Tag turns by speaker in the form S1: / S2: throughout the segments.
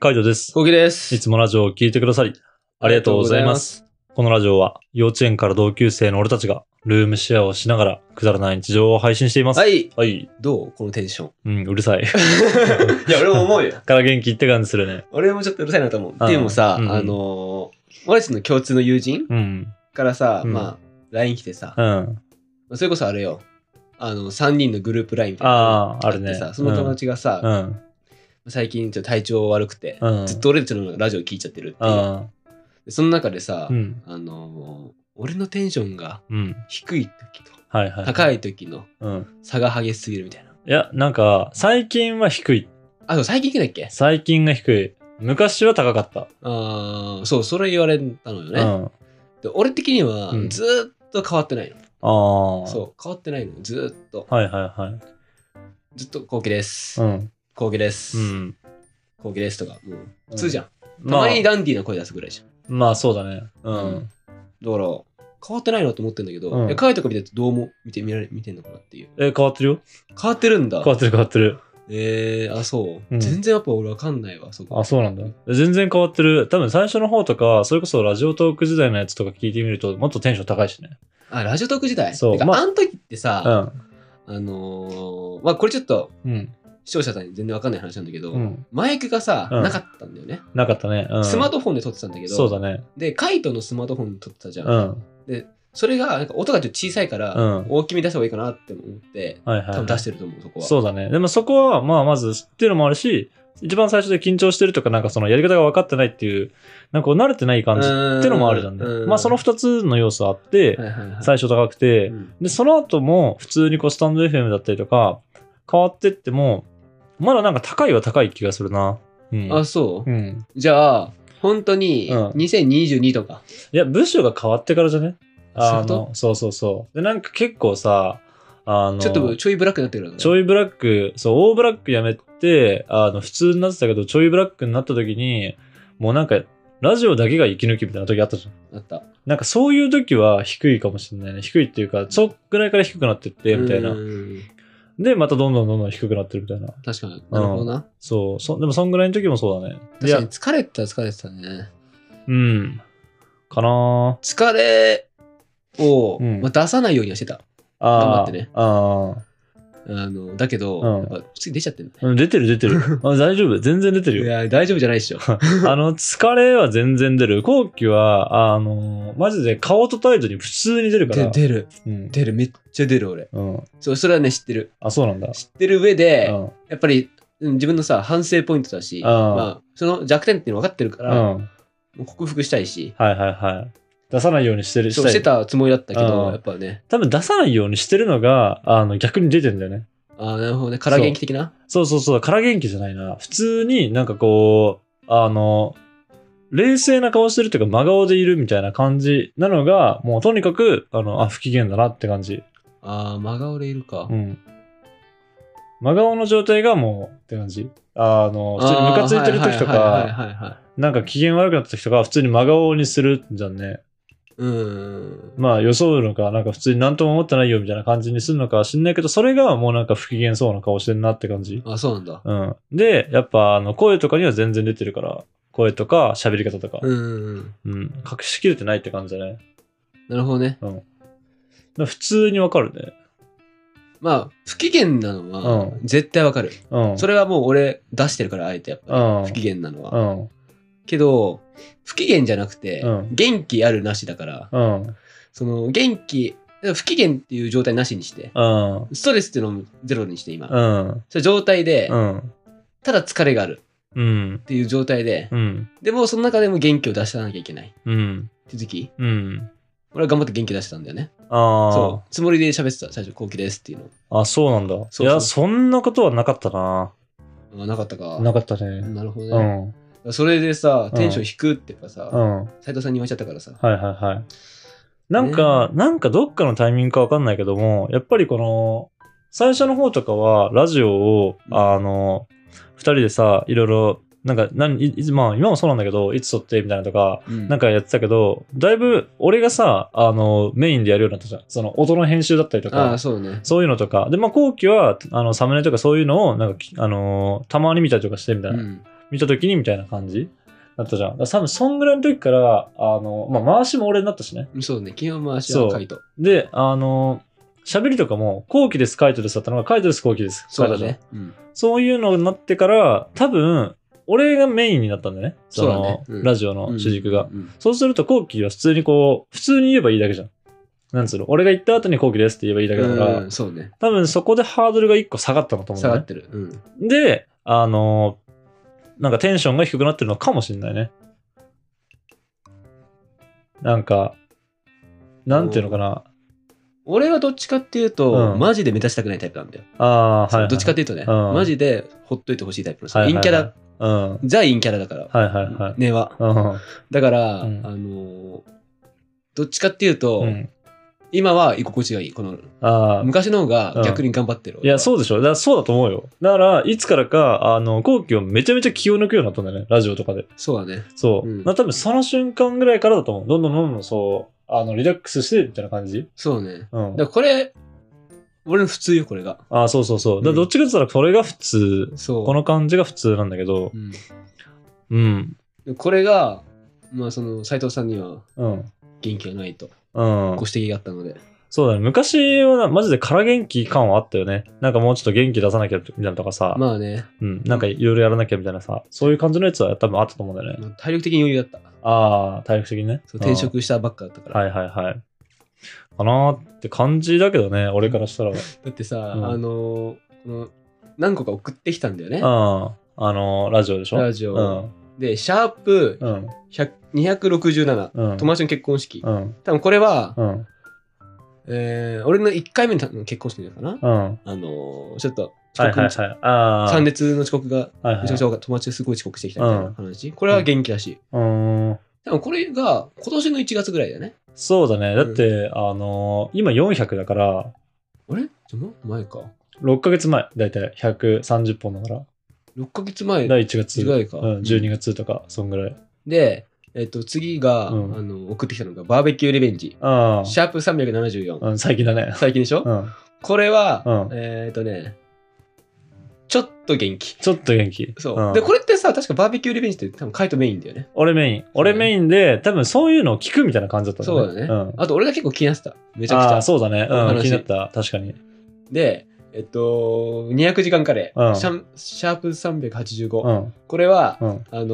S1: カイトです。
S2: こうきで
S1: い
S2: す。
S1: つもラジオを聞いてくださり、ありがとうございます。このラジオは、幼稚園から同級生の俺たちが、ルームシェアをしながら、くだらない日常を配信しています。。
S2: はいい。どうこのテンション。
S1: うん、うる さい。
S2: いや、俺も思うよ。
S1: から元気って感じするね。
S2: 俺もちょっとうるさいなと思う。
S1: あー
S2: っていうのもさ、
S1: うんうん
S2: あのー、俺たちの共通の友人
S1: うん。
S2: からさ、
S1: うん
S2: まあ、LINE 来てさ、
S1: うん。
S2: それこそあれよ、あの、3人のグループ LINE みたいなの
S1: ああ、あ
S2: が
S1: るね
S2: って。さ、その友達がさ、
S1: うん。
S2: 最近ちょっと体調悪くて、
S1: うん。
S2: ずっと俺たちのラジオ聞いちゃってるっていう。
S1: あ
S2: でその中でさ
S1: あ。う、ん。
S2: あのー、俺のテンションが
S1: うん。
S2: 低い時と
S1: はいはい。い。
S2: 高い時の
S1: うん。
S2: 差が激しすぎるみたいな。
S1: いや、なんか、最近は低い。
S2: あ、そう、最近行けないっけ
S1: 最近が低い。昔は高かった。
S2: ああ、そう、それ言われたのよ
S1: う
S2: ね。
S1: ん。
S2: で俺的には
S1: うん
S2: ずーっと変わってないの、
S1: ああ。
S2: そう変わってないのずーっと
S1: う。はいはいはい。
S2: ずっと後期です
S1: うん。
S2: 後期です
S1: うん。
S2: 後期ですとかもう普通じゃん、た
S1: まあ
S2: まにダンディーな声出すぐらいじゃん
S1: まあそうだね。うん。
S2: だから変わってないなと思ってんだけど、
S1: うん
S2: えカイとか見ててどうも見て見られ見てんのかなっていう
S1: え、変わってるよ。
S2: 変わってるんだ
S1: 変わってる変わってる。
S2: えー、あそう、
S1: うん
S2: 全然やっぱ俺わかんないわそこ
S1: あ、そうなんだ。全然変わってる。多分最初の方とか、それこそラジオトーク時代のやつとか聞いてみると、もっとテンション高いしね。
S2: あラジオトーク時代
S1: そう
S2: てか
S1: まあ
S2: あの時っ
S1: う
S2: てさ、
S1: ん。
S2: あのーまあこれちょっと
S1: うん。
S2: 視聴者さんに全然わかんない話なんだけど、
S1: うん。
S2: マイクがさ、
S1: うん
S2: なかったんだよね、
S1: なかったね。うん。
S2: スマートフォンで撮ってたんだけど
S1: そうだね。
S2: でカイトのスマートフォン撮ってたじゃん、
S1: うん。
S2: それがなんか音がちょっと小さいから、
S1: うん
S2: 大きめに出した方がいいかなって思って
S1: はいはい。
S2: 多分出してると思うそこは
S1: そうだね。でもそこは、まあまずっていうのもあるし、一番最初で緊張してるとか、なんかそのやり方が分かってないっていう、なんかこう慣れてない感じって
S2: っ
S1: いうのもあるじゃんね。まあその2つの要素あって、
S2: はいはいはい
S1: 最初高くて、
S2: うん
S1: で、その後も普通にこうスタンド FM だったりとか変わってっても、まだなんか高いは高い気がするな。うん。
S2: あそう、
S1: うん。
S2: じゃあ本当に
S1: うん
S2: 2022とか、
S1: いや、部署が変わってからじゃねあ
S2: そういう
S1: の、そうそうそう。で、なんか結構さ、あの、
S2: ちょっとちょいブラックになってくるのね
S1: ちょいブラック、そう、オーブラックやめて、あの、普通になってたけど、ちょいブラックになった時に、もうなんか、ラジオだけが息抜きみたいな時あったじゃん。
S2: あった
S1: なんかそういう時は低いかもしれないね。低いっていうか、そっぐらいから低くなってって、みたいな
S2: う。ん
S1: で、またどんどんどんどん低くなってるみたいな。
S2: 確かになるほどな
S1: そう、そでもそんぐらいの時もそうだね。い
S2: 確
S1: や
S2: かに、疲れてた疲れてたね
S1: うん。かな
S2: 疲れを、
S1: うん
S2: まあ、出さないようにはしてた
S1: ああー
S2: 頑張ってね
S1: ああ
S2: あのだけど、
S1: うん
S2: やっぱ次出ちゃってんだね
S1: うん。出てる出て る。あ大丈夫。全然出て
S2: い
S1: るよ。
S2: や大丈夫じゃないっしょ
S1: あの、疲れは全然出る。後期は、あの、マジで顔と態度に普通に出るから。
S2: で出る
S1: うん。
S2: 出るめっちゃ出る俺
S1: うん。
S2: そうそれはね知ってる
S1: あ、そうなんだ。
S2: 知ってる上で、
S1: うん。
S2: やっぱりうん自分のさ反省ポイントだし、
S1: ん
S2: まあ、その弱点っていうの分かってるか
S1: うん。
S2: ら、も
S1: は
S2: う克服したいし
S1: いはいはい。出さないようにしてる。
S2: そうして
S1: たい。
S2: たつもりだったけど、
S1: うん
S2: やっぱね
S1: 多分出さないようにしてるのが、あの、逆に出てんだよね。
S2: ああなるほどね空元気的な
S1: そうそうそう、空元気じゃないな。普通になんかこう、あの、冷静な顔してるというか、真顔でいるみたいな感じなのが、もうとにかく、あの、あ、不機嫌だなって感じ。
S2: ああ真顔でいるか、
S1: うん。真顔の状態がもうって感じ。あの、普通にムカついてる時と
S2: あーはい
S1: か、
S2: はいはいはいはいはい
S1: なんか機嫌悪くなった時とか、普通に真顔にするんじゃんね。
S2: うーん
S1: まあ、装うのか、なんか普通に何とも思ってないよみたいな感じにするのかは知んないけど、それがもうなんか不機嫌そうな顔してんなって感じ。
S2: あそうなんだ
S1: うん。で、やっぱ、あの、声とかには全然出てるから、声とか喋り方とか、
S2: うーん
S1: うん、隠しきれてないって感じだね。だか
S2: なるほどね
S1: ら普通にわかるね。
S2: まあ不機嫌なのは、
S1: うん
S2: 絶対分かる
S1: うん。
S2: それはもう俺出してるからあえてやっぱ
S1: う
S2: り、
S1: ん。
S2: 不機嫌なのは、
S1: うん。
S2: けど不機嫌じゃなくて、
S1: うん
S2: 元気あるなしだから、
S1: うん。
S2: その元気不機嫌っていう状態なしにして
S1: うん。
S2: ストレスっていうのもゼロにして今、
S1: うん。
S2: それ状態で、
S1: うん。
S2: ただ疲れがある
S1: うん
S2: っ。ていう状態で、
S1: うん。
S2: でもその中でも元気を出さなきゃいけない
S1: うん。
S2: って時
S1: うん。
S2: 俺は頑張って元気出してたんだよね
S1: あ
S2: そうつもりで喋ってた最初後期ですっていうの
S1: あ。あ、そうなんだ。
S2: そう
S1: いや、そんなことはなかったな。
S2: あなかったか
S1: なかったね。
S2: なるほ
S1: う
S2: どね、
S1: ん。
S2: それでさ
S1: うん
S2: テンション低くっていうかさ、
S1: うん。
S2: 斉藤さんに言われちゃったからさ
S1: はいはいはい。なんか、なんかどっかのタイミングかわかんないけども、やっぱりこの、最初の方とかは、ラジオを、
S2: うん
S1: あの、二人でさ、いろいろ、なんか、なんいいまあ、今もそうなんだけど、いつ撮ってみたいなとか、
S2: うん
S1: なんかやってたけど、だいぶ、俺がさ、あの、メインでやるようになったじゃん。その、音の編集だったりと
S2: あ
S1: か
S2: あ、そうね
S1: そういうのとか。で、まあ、後期は、あの、サムネとかそういうのを、なんかき、あのーたまに見たりとかしてみたいな。
S2: ん
S1: 見た時にみたいな感じだったじゃん。だから多分そんぐらいの時から、あの、まあ、回しも俺になったしね。
S2: そうね、基本回しはカイト。
S1: で、あの、喋りとかも、後期です、カイトですだったのが、カイトです、後期です。
S2: そうだ
S1: カイトです
S2: ね。。うん。
S1: そういうのになってから、多分、俺がメインになったんだよね。その
S2: そうだねうん
S1: ラジオの主軸が。
S2: うん。
S1: そうすると、後期は普通にこう、普通に言えばいいだけじゃん。なんつうの俺が言った後に後期ですって言えばいいだけだから、
S2: うんそうね。
S1: 多分そこでハードルが一個下がったのと思うん
S2: 下
S1: だよ
S2: がっ
S1: ね。
S2: てる。うん。
S1: で、あのーなんかテンションが低くなってるのかもしれないね。なんか、なんていうのかな。
S2: 俺はどっちかっていうと、
S1: うん
S2: マジで目立ちたくないタイプなんだよ。
S1: ああー、はい、はい。
S2: どっちかっ
S1: って
S2: いうとね、
S1: うん
S2: マジでほっといてほしいタイプの人。
S1: はいはい
S2: 陰
S1: はい
S2: キャラ、
S1: うん。はい
S2: ザ陰キャラだから。
S1: はいはい。
S2: 根は。
S1: うん
S2: だから、
S1: うん
S2: あのーどっちかっていうと、
S1: うん。
S2: 今は居心地がいい。この、
S1: ああ。
S2: 昔の方が逆に頑張ってる。
S1: いや、そうでしょ。だからそうだと思うよ。だから、いつからか、あの、後期をめちゃめちゃ気を抜くようになったんだよね。ラジオとかで。
S2: そうだね。
S1: そう。
S2: うん
S1: まあ多分その瞬間ぐらいからだと思う。どんどんどんどんそう、あの、リラックスして、みたいな感じ。
S2: そうね。
S1: うん
S2: だか。らこれ、俺の普通よ、これが。
S1: ああ、そうそうそう。だから
S2: うん
S1: どっちかって言ったらこれが普通。
S2: そう。
S1: この感じが普通なんだけど
S2: う。ん
S1: うん。
S2: でこれが、まあ、その、斎藤さんには
S1: うん。
S2: 元気がないと、
S1: うん
S2: ご。指摘があったので。
S1: そうだね。昔はなマジで空元気感はあったよね。なんかもうちょっと元気出さなきゃみたいなとかさ。
S2: まあね、
S1: うん。なんかいろいろやらなきゃみたいなさ。そういう感じのやつは多分あったと思うんだよね。
S2: まあ体力的に余裕だった。
S1: ああ、体力的にね。
S2: そう転職したばっかだったか
S1: うん。
S2: ら。
S1: はいはいはい。かなーって感じだけどね、俺からしたら。
S2: だってさ、
S1: うん
S2: あのーこの、何個か送ってきたんだよね。
S1: うん。あの、ラジオでしょ
S2: ラジオ
S1: うん。
S2: で、シャープ
S1: うん。
S2: 100 267、
S1: うん。
S2: 友達の結婚式。
S1: うん。
S2: 多分これは、
S1: うん。
S2: えー俺の1回目の結婚式だかな。
S1: うん。はい
S2: あのーちょっと
S1: は
S2: 遅
S1: い
S2: 刻の、
S1: はい。ああ。
S2: 3列の遅刻が、
S1: はいは
S2: め
S1: い
S2: ちゃ。くちゃ多かった友達がすごい遅刻してきたみたいな話。これは元気だし。
S1: うーん。
S2: 多分これが今年の1月ぐらいだよね。
S1: そうだね。だって、あのー今400だから、
S2: あれじゃもっと前か。
S1: 6ヶ月前、だいたい130本だから、
S2: 6ヶ月前
S1: 第1月、
S2: ぐらいか。
S1: うん、12月とか、そんぐらい。
S2: で、えっと、次が、
S1: うん
S2: あの送ってきたのがバーベキューリベンジ。
S1: あ
S2: シャープ374。
S1: あ、うん、最近だね。
S2: 最近でしょ、
S1: うん。
S2: これは、
S1: うん
S2: えっとね、ちょっと元気。
S1: ちょっと元気。
S2: そう。
S1: ん
S2: で、これってさ、確かバーベキューリベンジって多分カイトメインだよね。
S1: 俺メイン。俺メインで、多分そういうのを聞くみたいな感じだったん
S2: そうだね。
S1: うん。
S2: あと、俺が結構気になってた。めちゃくち
S1: あ
S2: ゃ
S1: あ、。そうだね。
S2: お
S1: うん、
S2: 話
S1: 気になった。確かに。
S2: で、えっと、200時間カレー、
S1: うん
S2: シャンシャープ385、
S1: うん、
S2: これは、
S1: うん、
S2: あの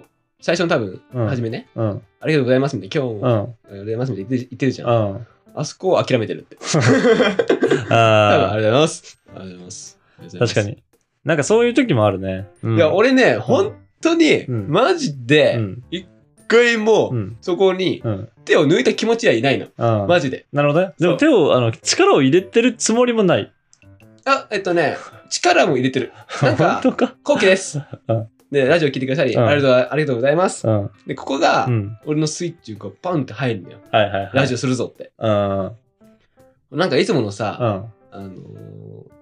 S2: ー最初の多分、
S1: うん
S2: 初めね、
S1: うん、
S2: ありがとうございますみたいな、今日
S1: う
S2: も、あ
S1: ん、
S2: りがとうございますみたいな言って言ってるじゃん。
S1: う
S2: あ
S1: ん。
S2: そこを諦めてるって。多分あ
S1: ああ、
S2: りがとうございます。ありがとうございます。ありがとうご
S1: 確
S2: ざ
S1: か
S2: います。
S1: に。なんかそういう時もあるね。うん
S2: いや、、俺ね、本当に、
S1: うん
S2: マジ
S1: う
S2: で、
S1: ん、
S2: 一回も、
S1: うん、
S2: そこに
S1: うん。
S2: 手を抜いた気持ちはいないの。
S1: うん
S2: マジで。
S1: なるほどね。で
S2: そ
S1: も
S2: う
S1: 手を、あの、力を入れてるつもりもない。
S2: あ、えっとね、力も入れてる。なんか
S1: 本当か。
S2: 後期です
S1: うん。
S2: で、ラジオ聞いてくださり、
S1: うん
S2: ありがとうありがとうございます。
S1: うん。
S2: で、ここが、
S1: うん。
S2: 俺のスイッチがバンって入るんだよ。
S1: はいはいはい。
S2: ラジオするぞって。
S1: うん。うん。
S2: なんかいつものさ、
S1: は
S2: あのー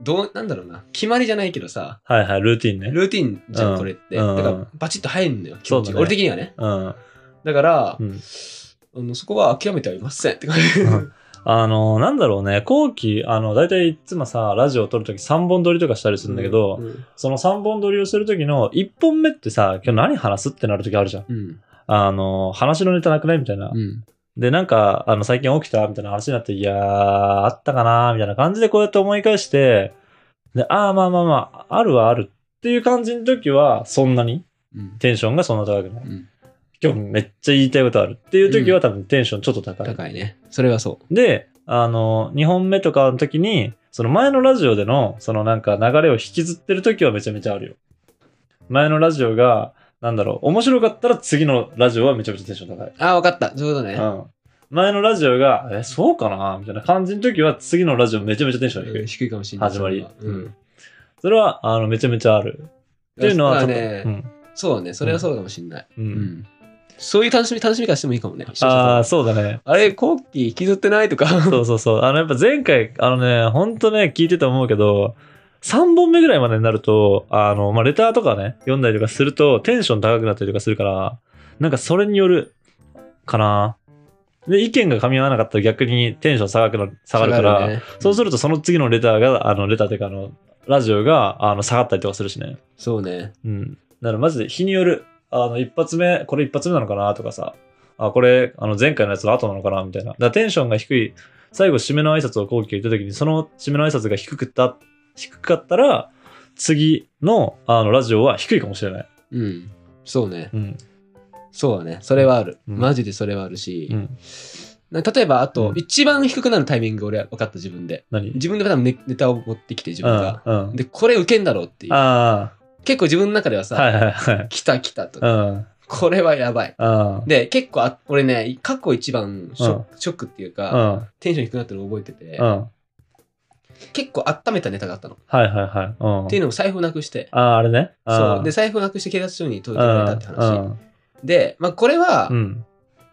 S2: どう、なんだろうな、決まりじゃないけどさ、
S1: いはい、ルーティンね。
S2: ルーティンじゃ、
S1: うんん
S2: これって。
S1: うん
S2: だから、バチッと入るんだよ、気持ち
S1: そうだ
S2: が
S1: ね
S2: 俺的にはね。
S1: うん。
S2: だから、
S1: うん
S2: あのそこは諦めてはいませんって感じ。
S1: んあの、なんだろうね、後期、あの、大体いつもさ、ラジオを撮るとき3本撮りとかしたりするんだけど、
S2: うん。
S1: その3本撮りをするときの1本目ってさ、今日何話すってなるときあるじゃん。
S2: うん。
S1: あの、話のネタなくないみたいな。
S2: うん。
S1: で、なんか、あの、最近起きたみたいな話になって、いやー、あったかなみたいな感じでこうやって思い返して、で、あー、まあまあまあ、あるはあるっていう感じの時は、そんなに
S2: うん。
S1: テンションがそんな高くない。
S2: うん
S1: 今日めっちゃ言いたいことあるっていう時は多分テンションちょっと高い。
S2: 高いね。それはそ
S1: で、あの、2本目とかの時に、その前のラジオでの、そのなんか流れを引きずってる時はめちゃめちゃあるよ。前のラジオが、なんだろう、面白かったら次のラジオはめちゃめちゃテンション高い。
S2: う。ああ、わかった。そういうことね。
S1: うん。前のラジオが、え、そうかなみたいな感じの時は次のラジオめちゃめちゃテンション低い。
S2: うん低いかもしれない。
S1: 始まり
S2: それはうん。
S1: うんそれは、あの、めちゃめちゃある。っていうのは
S2: だ
S1: ちょ
S2: か
S1: っと、
S2: らね、
S1: うん。
S2: そうだね。それはそうかもしれない。
S1: うん。
S2: うんそういう楽しみ、楽しみ方してもいいかもね。
S1: ああ、そうだね。
S2: あれ、後期引きずってないとか。
S1: そうそうそう。あの、やっぱ前回、あのね、ほんとね、聞いてて思うけど、3本目ぐらいまでになると、あの、まあ、レターとかね、読んだりとかすると、テンション高くなったりとかするから、なんかそれによる、かな。で、意見が噛み合わなかったら逆にテンション下がくな下がるから、
S2: 下がね
S1: そうするとその次のレターが、あの、レターっていうか、あの、ラジオが、あの、下がったりとかするしね。
S2: そうね。
S1: うん。だからマジで日による。あの、一発目、これ一発目なのかなとかさ。あ、これ、あの、前回のやつの後なのかなみたいな。だからテンションが低い、最後、締めの挨拶を後期が言った時に、その締めの挨拶が低くった、低かったら、次の、あの、ラジオは低いかもしれない。
S2: うん。そうね。
S1: うん。
S2: そうだね。それはある。
S1: うん
S2: マジでそれはあるし。
S1: うん。
S2: な例えば、あと、
S1: うん
S2: 一番低くなるタイミング俺は分かった自分で。
S1: 何
S2: 自分で多分ネネタを持ってきて自分が。
S1: うん。うん、
S2: で、これ受けんだろうっていう。
S1: あ
S2: 結構自分の中では
S1: あ、
S2: さ、
S1: はいはいはい。
S2: 来た来たと
S1: う
S2: か、
S1: ん。
S2: これはやばい。
S1: うん。
S2: で、結構あ、俺ね、過去一番ショ,、ショックっていう
S1: う
S2: か、
S1: ん。
S2: テンション低くなったのを覚えてて、
S1: うん。はい
S2: 結構温めたネタがあったの。っ
S1: はいはい。うん。
S2: ていうのも財布なくして、
S1: ああ、あれね。
S2: そう。
S1: で
S2: で、財布なくして警察署に届けられたって話。
S1: うん。
S2: で、まあ、これは、
S1: うん。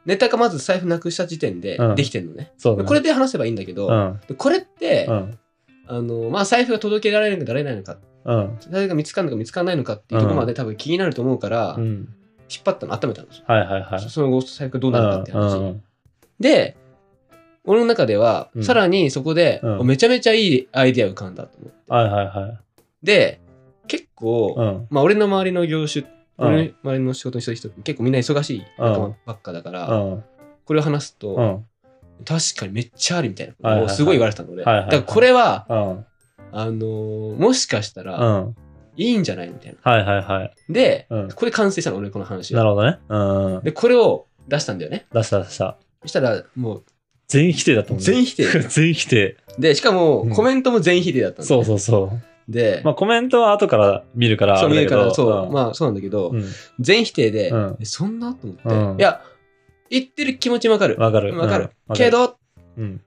S2: ネタがまず財布なくした時点で
S1: うん
S2: できてんのね。
S1: そうだね。
S2: これで話せばいいんだけど、
S1: うん。
S2: でこれって、
S1: うん。
S2: あの、まあ、財布が届けられるのか、られないのか、
S1: うん。
S2: 財布が見つかるのか見つからないのかっていうところまで多分気になると思うから、
S1: うん。
S2: 引っ張ったの、温めたんですよ。
S1: はいはいはい。
S2: その後、財布がどうなるかって話。
S1: うん
S2: で、俺の中では、
S1: うん
S2: さらにそこで、
S1: うん
S2: めちゃめちゃいいアイディア浮かんだと思って。
S1: はいはいはい。
S2: で、結構、
S1: うん。
S2: まあ、俺の周りの業種、
S1: うん
S2: 俺の周りの仕事にした人って結構みんな忙しい仲間ばっかだから、
S1: うん。
S2: これを話すと、
S1: うん。
S2: 確かにめっちゃありみたいな、
S1: はいはいはい
S2: すごい言われてたの俺、
S1: はいはいはい
S2: だからこれは
S1: うん。
S2: あのーもしかした
S1: う
S2: ら
S1: ん。
S2: いいんじゃないみたいな
S1: はいはいはい。
S2: で、
S1: うん
S2: これ完成したの俺この話
S1: なるほどね。うん。
S2: でこれを出したんだよね
S1: 出した出した。
S2: そしたらもう
S1: 全否定だったもんね。
S2: 全否定
S1: 全否定。
S2: でしかも、
S1: うん
S2: コメントも全否定だったんだ
S1: そ
S2: よ
S1: う
S2: ね、
S1: そうそう。
S2: で、
S1: まあコメントは後から見るからあ
S2: そう見
S1: れだ
S2: え
S1: け
S2: るか
S1: ど。
S2: らそう、
S1: ん
S2: まあそうなんだけど、
S1: うん。
S2: 全否定で、
S1: うん
S2: えそんなと思って、
S1: うん
S2: いや言ってる気持ちもわかる
S1: わかる。
S2: わか
S1: うん
S2: る、け。ど
S1: うん。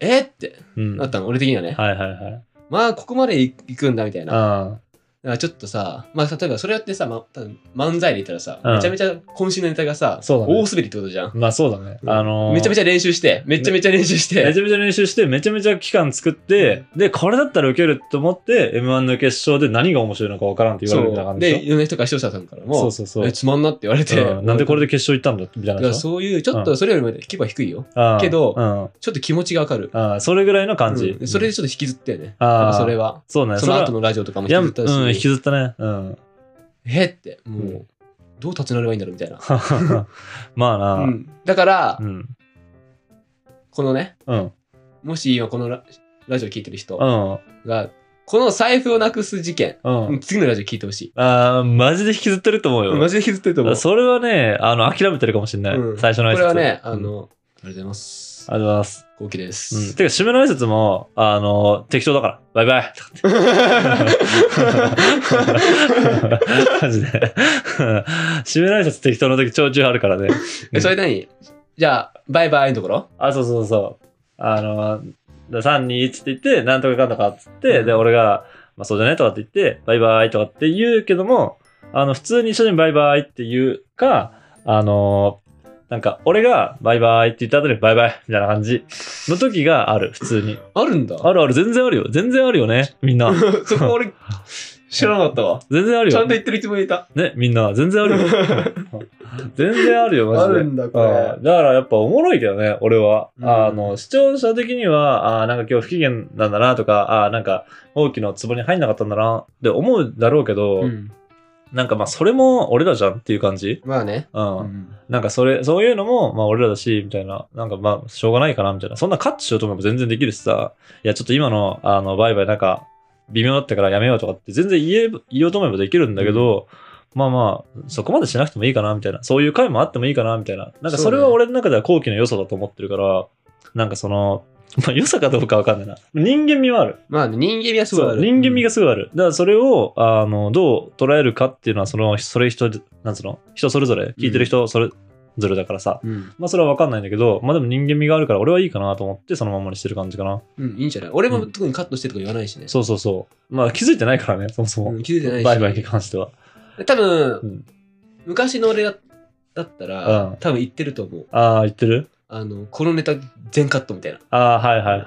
S2: えって
S1: うん。
S2: な
S1: は
S2: っ
S1: い
S2: たの俺的にはね、
S1: はいはい。
S2: まあここまで行くんだみたいな
S1: あ
S2: だからちょっとさ、まあ、例えばそれやってさ、まあ、多分漫才で言ったらさ、
S1: うん
S2: めちゃめちゃ渾身のネタがさ、
S1: そうだね
S2: 大滑りってことじゃん。
S1: まあそうだね。あのー
S2: めちゃめちゃ練習して、めちゃめちゃ練習して、
S1: めちゃめちゃ練習して、めちゃめちゃ期間作って、で、これだったら受けると思って、M1 の決勝で何が面白いのか分からんって言われるみたいな
S2: そ
S1: 感
S2: う
S1: じで
S2: で、
S1: し
S2: いろんな人から視聴者さんから
S1: ょ。そう
S2: も、
S1: そうそう
S2: え。つまんなって言われて、
S1: うんなんでこれで決勝行ったんだみたい
S2: だ
S1: な
S2: か
S1: で
S2: ら
S1: しょ。
S2: そういう、ちょっとそれよりも規模は低いよ。
S1: うん
S2: けど
S1: うん
S2: ちょっと気持ちがわかる。
S1: あーそれぐらいの感じ
S2: う。んそれ
S1: う
S2: で
S1: ん
S2: ちょっと引きずったよね。
S1: あー
S2: やっぱそれは。
S1: そうね。
S2: その
S1: れは
S2: 後のラジオとかも
S1: いや、
S2: 引
S1: う
S2: きず
S1: ん
S2: ったし、、
S1: 引きずったね。うん。
S2: えって、もう、
S1: うん
S2: どう立ち直ればいいんだろうみたいな。
S1: まあな。
S2: う
S1: うん。
S2: ん、だから、
S1: うん。
S2: このね、
S1: うん。
S2: もし今このララジオ聞いてる人
S1: うん。
S2: が、この財布をなくす事件、
S1: うん。
S2: 次のラジオ聞いてほしい。
S1: あーマジで引きずってると思うよ。
S2: マジで引きずってると思う。
S1: それはね、あの、諦めてるかもしれない。
S2: うん
S1: 最初の挨
S2: こ
S1: 拶。
S2: れはね、あ
S1: うん、
S2: の、ありがとうございます。
S1: ありがとうございます。
S2: 高木です。
S1: うん。てか、締めの挨拶も、あの、適当だから、バイバイとかって。マジで。締めの挨拶適当な時、超中あるからね。
S2: え、それ何じゃあ、バイバイのところ
S1: あ、そうそうそう。あの、だ3、2、1って言って、なんとかかんとかっつって、で、俺が、まあそうじゃねとかって言って、バイバイとかって言うけども、あの、普通に一緒にバイバイって言うか、あの、なんか、俺がバイバイって言った後にバイバイみたいな感じの時がある、普通に。
S2: あるんだ。
S1: あるある、全然あるよ。全然あるよね、みんな。
S2: そ こ俺、知らなかったわ。
S1: 全然ある
S2: ちゃん
S1: よ
S2: と。言ってるつもりいた。
S1: ね、みんな、全然あ るよ。全然あるよ、マジで。
S2: だ、
S1: あーだからやっぱおもろいけどね、俺は。
S2: うん
S1: あの、視聴者的には、あーなんか今日不機嫌なんだなとか、あーなんか大きなツボに入んなかったんだなって思うだろうけど、
S2: うん。
S1: なんかまあそれも俺らじゃんっていう感じ。
S2: まあね。
S1: うん。なんかそれ、そういうのもまあ俺らだし、みたいな。なんかまあしょうがないかな、みたいな。そんなカットしようと思えば全然できるしさ。いや、ちょっと今の、あの、バイバイなんか微妙だったからやめようとかって全然言えば、言おうと思えばできるんだけど、まあまあ、そこまでしなくてもいいかな、みたいな。そういう回もあってもいいかな、みたいな。なんかそれは
S2: そうね
S1: 俺の中では後期の良さだと思ってるから、なんかその、まあ良さかどうかわかんないな。人間味はある。
S2: まあね、人間味はすごいあ
S1: そう
S2: る。
S1: 人間味がすごいある、だからそれをあのどう捉えるかっていうのはそのそれ人なんつうの人それぞれ聞いてる人それぞれだからさ、
S2: うんうん。
S1: まあそれは分かんないんだけどまあでも人間味があるから俺はいいかなと思ってそのまんまにしてる感じかな
S2: うん、いいんじゃない俺
S1: う
S2: も
S1: ん
S2: 特にカットしてとか言わないしね。
S1: そうそうそうまあ気づいてないからねそもそも、
S2: うん気づいてないし。
S1: バイバイに関しては
S2: 多
S1: う
S2: 分、
S1: ん
S2: 昔の俺だだった
S1: うん
S2: ら、多分言ってると思う。
S1: ああ言ってる
S2: あの、このネタ全カットみたいな。
S1: ああはいはいはいは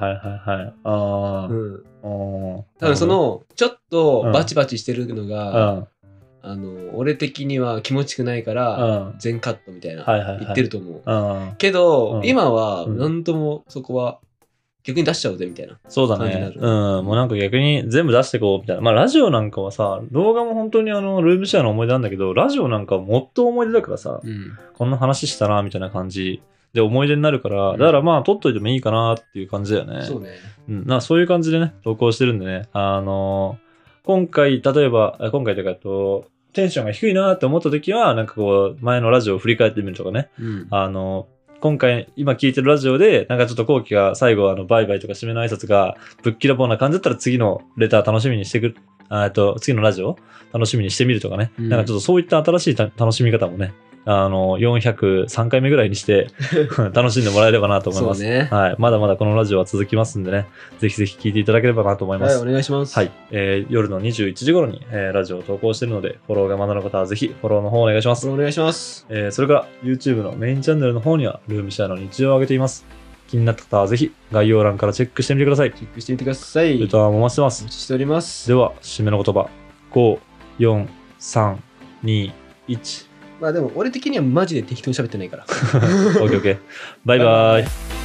S1: いはいあー、
S2: うん。
S1: あー
S2: 多分そのちょっ
S1: う
S2: と
S1: ん
S2: バチバチしてるの
S1: う
S2: が、
S1: ん
S2: あの俺的には気持ちくないか
S1: う
S2: ら、
S1: ん
S2: 全カットみたいな、
S1: はいはいはい
S2: 言ってると思う、
S1: うん
S2: け
S1: う
S2: ど、
S1: ん
S2: 今は
S1: うん
S2: 何ともそこは逆に出しちゃおうぜみたいな。
S1: そうだ
S2: 感じにな
S1: ね。
S2: る
S1: うん。もうなんか逆に全部出してこうみたいな。まあラジオなんかはさ、動画も本当にあの、ルームシェアの思い出なんだけど、ラジオなんかはもっと思い出だからさ、
S2: うん。
S1: こんな話したな、みたいな感じで思い出になるから、
S2: うん
S1: だからまあ撮っといてもいいかなっていう感じだよね。
S2: そうね。
S1: うん、なそういう感じでね、投稿してるんでね、あのー今回、例えば、あ今回というかえっと、テンションが低いなって思った時は、なんかこう、前のラジオを振り返ってみるとかね、
S2: うん。
S1: あのー今回、今聞いてるラジオで、なんかちょっと後期が最後、あの、バイバイとか締めの挨拶が、ぶっきらぼうな感じだったら、次のレター楽しみにしてくる、あえっと、次のラジオ楽しみにしてみるとかね、
S2: うん
S1: なんかちょっとそういった新しいた楽しみ方もね、あのー、403回目ぐらいに して、楽しんでもらえればなと思い
S2: そ
S1: ま
S2: う
S1: す。
S2: ね。
S1: はい、まだまだこのラジオは続きますんでね、ぜひぜひ聞いていただければなと思いま
S2: はい、
S1: す。
S2: お
S1: はい、
S2: 願いします。
S1: えー夜の21時頃に、えーラジオを投稿してるので、フォローがまだの方はぜひフォローの方お願いしま
S2: こ
S1: す。
S2: れお願いします。
S1: えーそれから、YouTube のメインチャンネルの方には、ルームシェアの日常を上げています。気になった方はぜひ、概要欄からチェックしてみてください。
S2: チェックしてみてください。
S1: 歌はもましてま
S2: お
S1: す
S2: 待。ちしております
S1: で。は、締めの言葉。5、4、3、2、1。
S2: まあでも、俺的にはマジで適当に喋ってないから。
S1: オッケーオッケー。バイバイ。